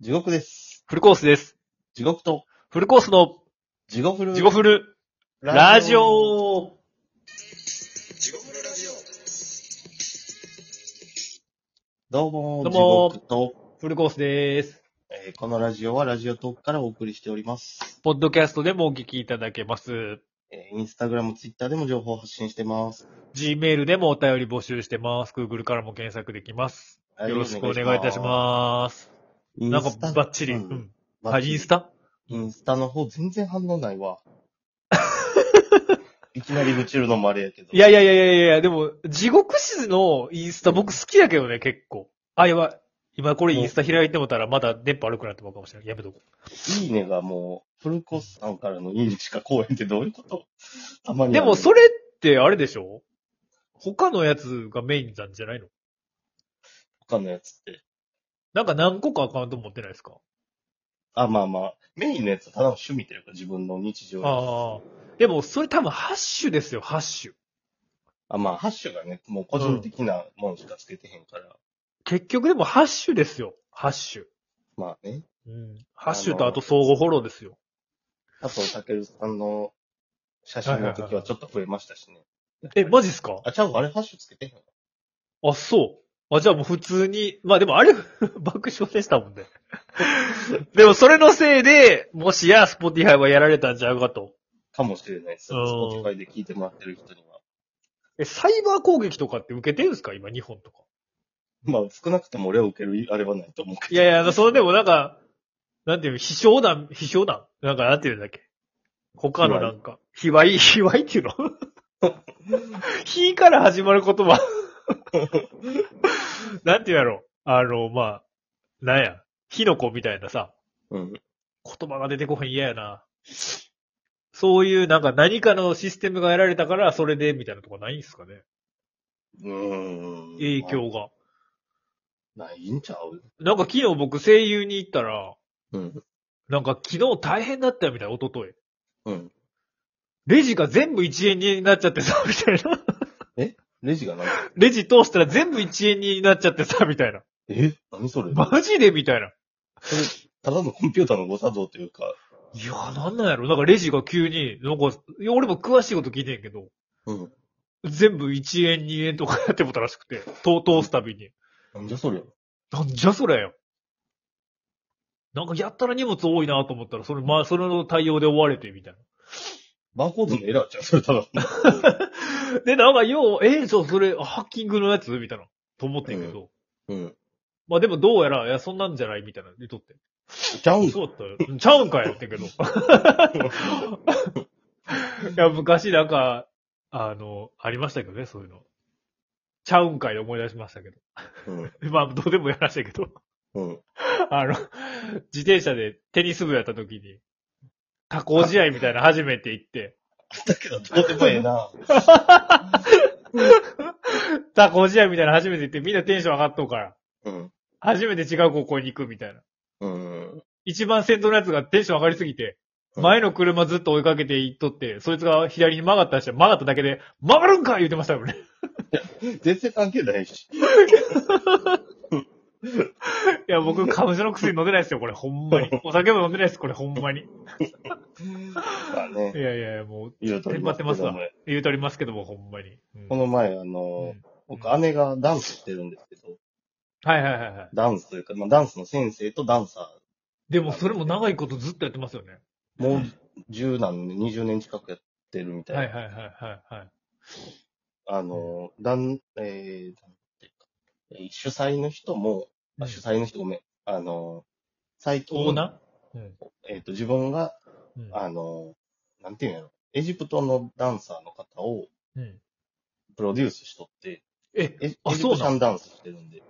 地獄です。フルコースです。地獄とフルコースの地獄フル地獄フルラジオどうも、どうも地獄と、フルコースです。えーこのラジオはラジオトークからお送りしております。ポッドキャストでもお聞きいただけます。えーインスタグラム、ツイッターでも情報を発信してます。 Gmail でもお便り募集してます。Google からも検索できます。はよろしくお願いいたします。すなんかバッチリ。ううんん。バはッチい、リインスタインスタの方全然反応ない わ。いきなり愚痴るのもあれやけど。いやいやいやいやいや、でも、地獄市のインスタ僕好きだけどね、結構。あ、やばい。今これインスタ開いてもたらまだ電波悪くなってもらうかもしれない。やめとこいいねがもう、フルコースさんからのいいねしか公演ってどういうことたまう。に。でもそれ、れってあれでしょ他のやつがメインなんじゃないの他のやつって。なんか何個かアカウント持ってないですかあ、まあまあ、メインのやつはただの趣味というか自分の日常やからああ。でも、それ多分ハッシュですよ、ハッシュ。あ、まあ、ハッシュがね、もう個人的なものしかつけてへんから。結局でもハッシュですよ、ハッシュ。まあね。うん。ハッシュとあと相互フォローですよ。佐藤健さんの写真の時はちょっと増えましたしね。え、マジっすかあ、ちゃうわあれハッシュつけてへんわあ、そう。あ、じゃあもう普通に、まあでもあれ、 爆笑でした もんね。でもそれのせいで、もしや、スポティファイはやられたんちゃうかと。かもしれないです。う Spotify んで聞いてもらってる人には。え、サイバー攻撃とかって受けてるんですか今、日本とか。まあ、少なくとも俺を受けるあれはないと思うけいど。やいや、それでもなんか、なんていうの、飛翔弾、飛翔弾なんか、なんていうんだっけ他のなんか、卑猥、卑猥っていうの 非から始まる言 葉。なんていうんやろあの、まあ、なんや、火の粉みたいなさ、うん。言葉が出てこへん嫌やな。そういうなんか何かのシステムがやられたから、それで、みたいなとこないんすかねうーん。影響が。まあ。ないんちゃうなんか昨日僕声優に行ったら、うん。なんか昨日大変だったよみたいな、一昨日うん。レジが全部1円になっちゃってさ、み たいな。レジがない。レジ通したら全部1円になっちゃってさ、みたいな。え何それマジでみたいな。ただのコンピューターの誤作動というか。いや、なんなんやろ。なんかレジが急に、なんか、いや俺も詳しいこと聞いてんけど、うん。全部1円、2円とかやってもたらしくて、と通すたびに。なんじゃそりゃ。なんじゃそれよ。なんかやったら荷物多いなと思ったら、それ、まあ、それの対応で追われて、みたいな。バーコードのエラーちゃうそれただ。で、なんか、よう、えー、そう、それ、ハッキングのやつみたいな。と思ってんけど。うん。まあでもどうやら、いや、そんなんじゃないみたいな、でとって。ちゃうんそうだったよ。ちゃうんかよってけど。いや、昔なんか、あの、ありましたけどね、そういうの。ちゃうんかいで思い出しましたけど。うん。まあ、どうでもやらしたけど。 うん。あの、自転車でテニス部やった時に、他校試合みたいなの初めて行って、だけど、どうでもええな。他校試合みたいなの初めて行って、みんなテンション上がっとうから、うん。初めて違う高校に行くみたいな。うん。一番先頭のやつがテンション上がりすぎて、うん前の車ずっと追いかけていっとって、そいつが左に曲がったりして、曲がっただけで、曲がるんか言ってましたよね。全然関係ないし。 いや、僕、彼女の薬飲んでないですよ、これ、ほん まに。お酒も飲んでないです、これ、ほんまに。いまあね。やいやいや、もう、言うとりますけどもテンパってますわ言うとりますけども、ほんまに。うんこの前、あうのん、僕、姉がダンスしてるんですけど、はいはいはいはい。ダンスというか、まあ、ダンスの先生とダンサでも、それも長いことずっとやってますよね。ー、もう十何年、20年近くやってるみたいな。はいはいはいはいはい。あの、だん、えー、なんていうかえー主催の人も、あ主催の人ごめん、あの、最近、オーナーうんえっ、と、自分が、うんあの、なんていうんやろ、エジプトのダンサーの方をうん。プロデュースしとって、え、エエジあプそうトなんシャンダンスしてるんで、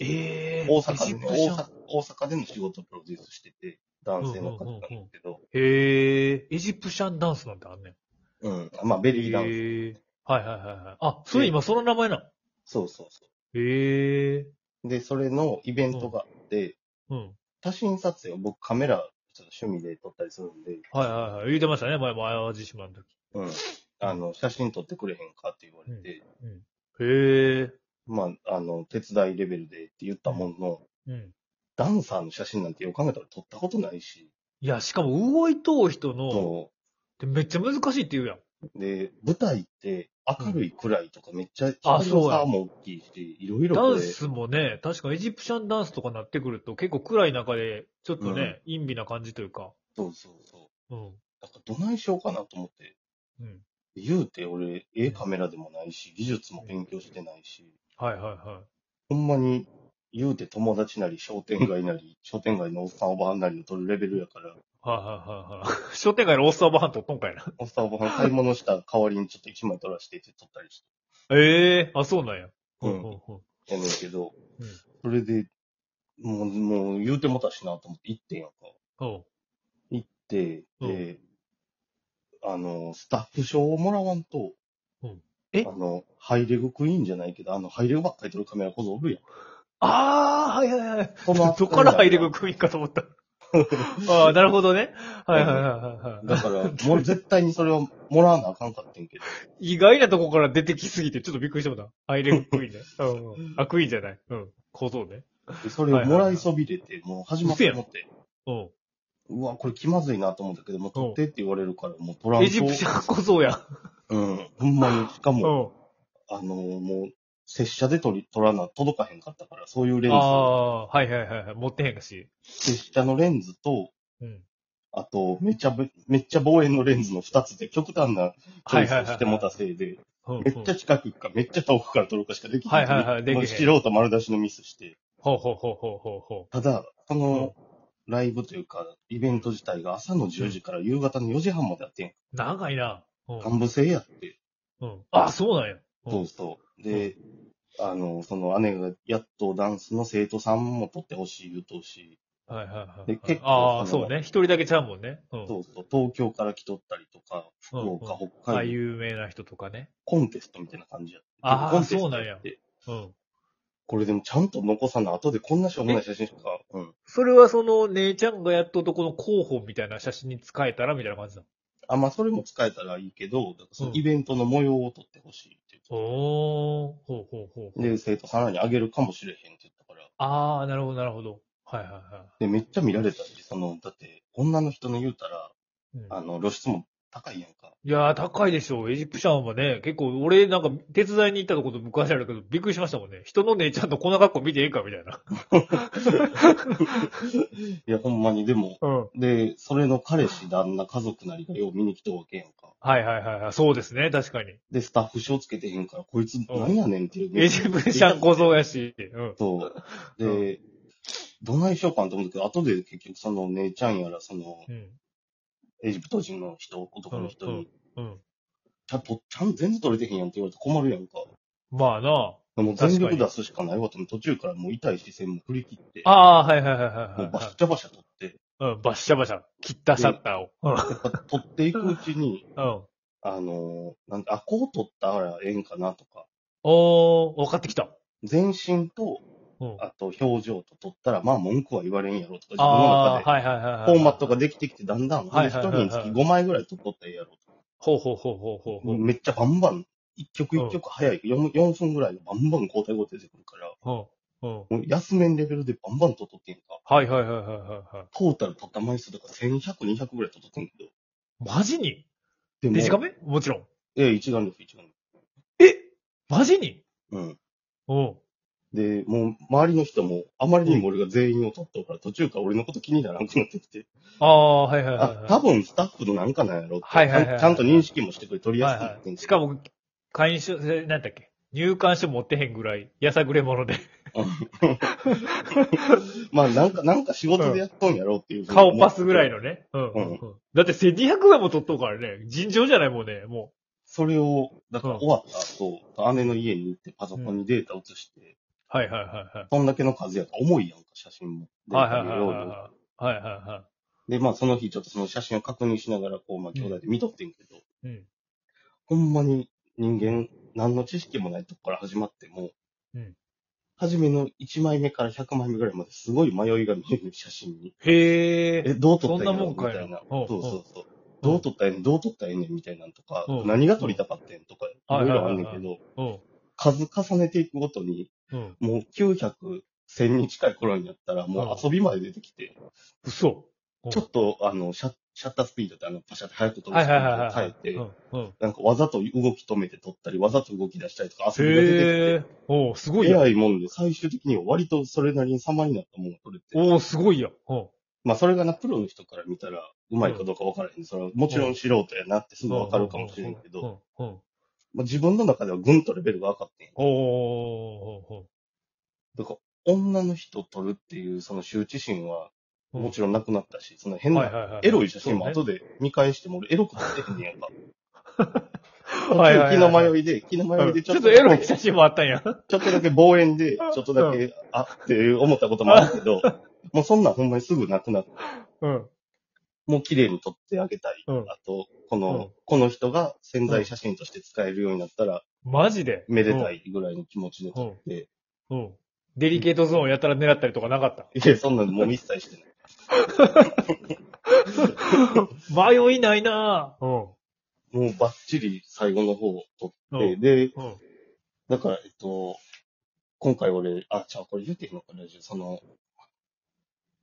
えー、大エジ阪プで、ト大シャン阪大阪での仕事をプロデュースしてて、男性の方なんだけど、へー、エジプシャンダンスなんてあんねん。うん、まあ、ベリーダンス。へえはいはいはいはい。あ、それ今その名前なのそうそうそへえう。で、それのイベントがあって、うん。写真撮影を僕カメラ、ちょっと趣味で撮ったりするんで、はいはいはい。言うてましたね、前も淡路島の時。うん。あの、写真撮ってくれへんかって言われて、へえまあ、あの、手伝いレベルでって言ったものの、うん。ダンサーの写真なんてよく考えたら撮ったことないし、いや、しかも動いとう人の、そでめっちゃ難しいって言うやん。う。で、舞台って明るい暗いとかめっちゃ、あそうや差も大きいし、いろいろダこンれ、スもね、確かエジプシャンダンスとかなってくると結構暗い中で、ちょっとね、陰微な感じというか。そうそうそう。うん。なんかどないしようかなと思って、うん。言うて俺、ええカメラでもないし、技術も勉強してないし、はいはいはほんまに、言うて友達なり、商店街なり、商店街のおっさんおばはんなりの撮るレベルやから、い。はいはいはいはい。 商店街のオースターバーンとっとんかいな。おっさんお ばはん買い物した代わりにちょっと一枚撮らせてって撮ったりしてええあ、そうなんや。うんほうほう。やねんけど、うんそれで、もう、もう言うてもたしなと思って行ってんやんか。ほ行って、うんで、あの、スタッフ証をもらわんと、うんえあの、ハイレグクイーンじゃないけど、あの、ハイレグばっかり撮るカメラ小僧おるやん。うああ、はいはいはい。その どこから入れる組かと思った。 ああ、なるほどね。はいはいはいはいはだから、もう絶対にそれをもらわなあかんかってんけど。い。意外なとこから出てきすぎて、ちょっとびっくりしてもた。ハイレグクイーンね。うんうん。あ、クイーンじゃない。うん。小僧ね。でそれをもらいそびれて、もう始まって思って、うん。うわ、これ気まずいなと思ったけど、もう取ってって言われるから、もう取らんと。エジプシャン小僧や。うん。ほんまに、しかうも、ん。あのーもう、拙者で取り、取らな、届かへんかったから、そういうレンあズ。あ、はいはいはいはい。持ってへんかし。拙者のレンズと、うん。あと、めっちゃぶ、めっちゃ望遠のレンズの二つで極端なチョイスをしてもたせいで、うんうんめっちゃ近くか、めっちゃ遠くから撮るかしかできない。はいはいはいできへんもう素人丸出しのミスして。ほうほうほうほうほうほただ、このライブというか、イベント自体が朝の10時から夕方の4時半までやってん。う。長いな。うん。幹部制やって。うん。あ、そうなんや。うんそうそう。で、あの、その姉がやっとダンスの生徒さんも取ってほしい言うとうし、はいはいはい。で結構ああ、そそのうね。一人だけちゃうもんね。うん。そうそう、東京から来とったりとか、う福んうん岡、北あ、海道、有名な人とかね。コンテストみたいな感じやって。あーコンテストやっそうて。うん。これでもちゃんと残さな、後でこんなしょうもない写真しか、うん。それはその姉ちゃんがやっととこの候補みたいな写真に使えたらみたいな感じだ。あ、まあそれも使えたらいいけど、だからそのうんイベントの模様を撮ってほしいっていうおおほうほうほう。で、生徒さんらにあげるかもしれへんって言ったから、ああ、なるほど、なるほど。はいはいはで、めっちゃ見られたし、その、だって、女の人の言うたら、い。うんあの、露出も高いやんか。いやー、高いでしょう。エジプシャンはね、結構、俺なんか手伝いに行ったとこと昔あるけど、びっくりしましたもんね。人の姉ちゃんとこんな格好見ていいかみたいな。いや、ほんまに、でも、うん。で、それの彼氏、旦那、家族なりがよう見に来たわけやんか。はいはいはいはい。そうですね、確かに。で、スタッフ賞つけてへんから、こいつ、なんやねんっていう。エジプシャン小僧やし。うん。そう。で、どないしようかなと思ったけど、後で結局、その、姉ちゃんやら、そのう、ん。エジプト人の人、男の人に、うん。ちゃんと、ちゃんと全然取れてへんやんって言われて困るやんか。まあな。もう全力出すしかないわと思って、途中からもう痛い視線も振り切って、ああー、はいはいはいはもいうはいバはッシャバシャ取って、い。うん、バッシャバシャ。切ったシャッターを。うん。やっぱ取っていくうちに、 うん。あのー、なんて、あ、こう取ったらええんかなとか、おー、分かってきた。全身と、うん。あと表情と取ったら、まあ文句は言われんやろとか、自分のあ中あ、はいはいはいはい。で、フォーマットができてきて、だんだん、はい一はいはい人はいにつき5枚ぐらい取っとったらええやろほうほうほうほうほうとか、めっちゃバンバン、一曲一曲早い、4, 4分ぐらいでバンバン交代交代出てくるから、ほう。うん。うん。もう安めんレベルでバンバン取っとってんか、はいはいはいはいはいはトータル取った枚数とか1100、200ぐらい取っとってんけど、い。マジにでもデジカメもちろん。ええ、一眼レフ、一眼レえマジにフ。うん。うん。で、もう、周りの人も、あまりにも俺が全員を取っとうから、途中から俺のこと気にならなくなってきて、ああ、はいはいはいあ、は多分スタッフのなんかなんやろって、はいはいはちゃんいちゃんと認識もしてくれ、取い。りやはすくいなっはてんい。けどしかも、会員証、えなんだっけ入館証持ってへんぐらい、やさぐれ者で、まあ、なん か、なんか仕事でやっとんやろっていうふうに思って顔パスぐらい。のね。うん。うんうんだって1200ぐらいも撮っとうからね、尋常じゃないもんね、もう。それを、だから終わった後、姉の家に行ってパソコンにデータ移して、はいはいはいはい。そんだけの数やから重いやんか、写真も。デーはいはいタはのい量はいもはい。はいはいはで、まあ、その日ちょっとその写真を確認しながら、こう、まあ、兄弟で見とってんけど、い。うん。ほんまに人間、何の知識もないとこから始まっても、うん初めの1枚目から100枚目ぐらいまですごい迷いが見える写真に。へえ。え、どう撮ったらいいそんなものんみかいなたいな。うんうそんうそうそう。どう撮ったらええねん、どう撮ったらええねんみたいなんとかう、ん何が撮りたかってんとか、いうんろいろあんねんけはいど、うん。数重ねていくごとに、うん。もう900、 1000に近い頃になったら、もう遊びまで出てきて、嘘。うんちょっと、あの、シャッシャッタースピードってあの、パシャって早く飛ぶはスいピはいーはドいをは変えい。て、うん。うん。なんかわざと動き止めて撮ったり、わざと動き出したりとか遊びが出てへえ。おうすごきいて、やん。偉いもんで、最終的には割とそれなりに様になったもんが撮れて、おうすごいやん。うん。まあそれがな、プロの人から見たら、うまいかどうかわからへん。それはもちろん素人やなってすぐわかるかもしれんけど、。うん。うん。まあ自分の中ではぐんとレベルが上がってん。おおだから女の人を撮るっていうその羞恥心は、うんもちろんなくなったし、その変はいな、はいはい。エロい写真もそ後うで見返しても俺エロくなってへんねやんか。ねはいはいはい気の迷いで、気の迷いでちょっとエロい写真もあったんや。ちょっとだけ望遠で、ちょっとだけ、あっていう思ったこともあるけど、もうそんなんほんまにすぐなくなって、うん。もう綺麗に撮ってあげたい。うんあと、この、うんこの人が潜在写真として使えるようになったら、マジで。めでたいぐらいの気持ちで撮って、うん。うん。デリケートゾーンやたら狙ったりとかなかった。いや、そんなのもう一切してない。迷いないなぁ。もうバッチリ最後の方を撮うって、ん。で、うん。だから、えっと、今回俺、あ、ちゃう、これ言うていいのかな、ラジオその、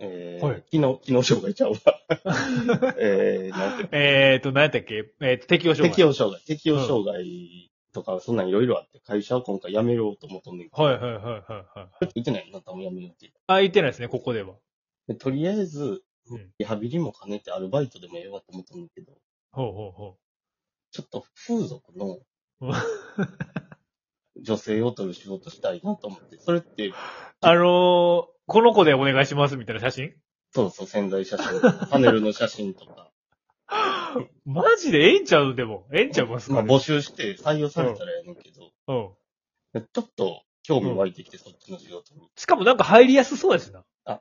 えー、はい昨日、昨日障害ち ゃうわ。えー、なんてえーと、何やったっけえーと、適応障害。適応障害。適応障害とか、そんなんいろいろあって、会社を今回辞めようと思っとんねんけど、はいはいはいはいはい。言ってないなったもん辞めようってあ、言ってないですね、ここでは。でとりあえずうん、リハビリも兼ねてアルバイトでもええわと思っとんねんけど、ほうほうほちょっと風俗 のう。女性を取る仕事したいなと思って、それって、あのー、この子でお願いしますみたいな写真 そうそう、潜在写真、パネルの写真とか、マジでええんちゃうでも。ええんちゃいますまかあ募集して採用されたらやねんけど、うん。ちょっと興味湧いてきて、そっちの仕事に。しかもなんか入りやすそうやしな。ああ、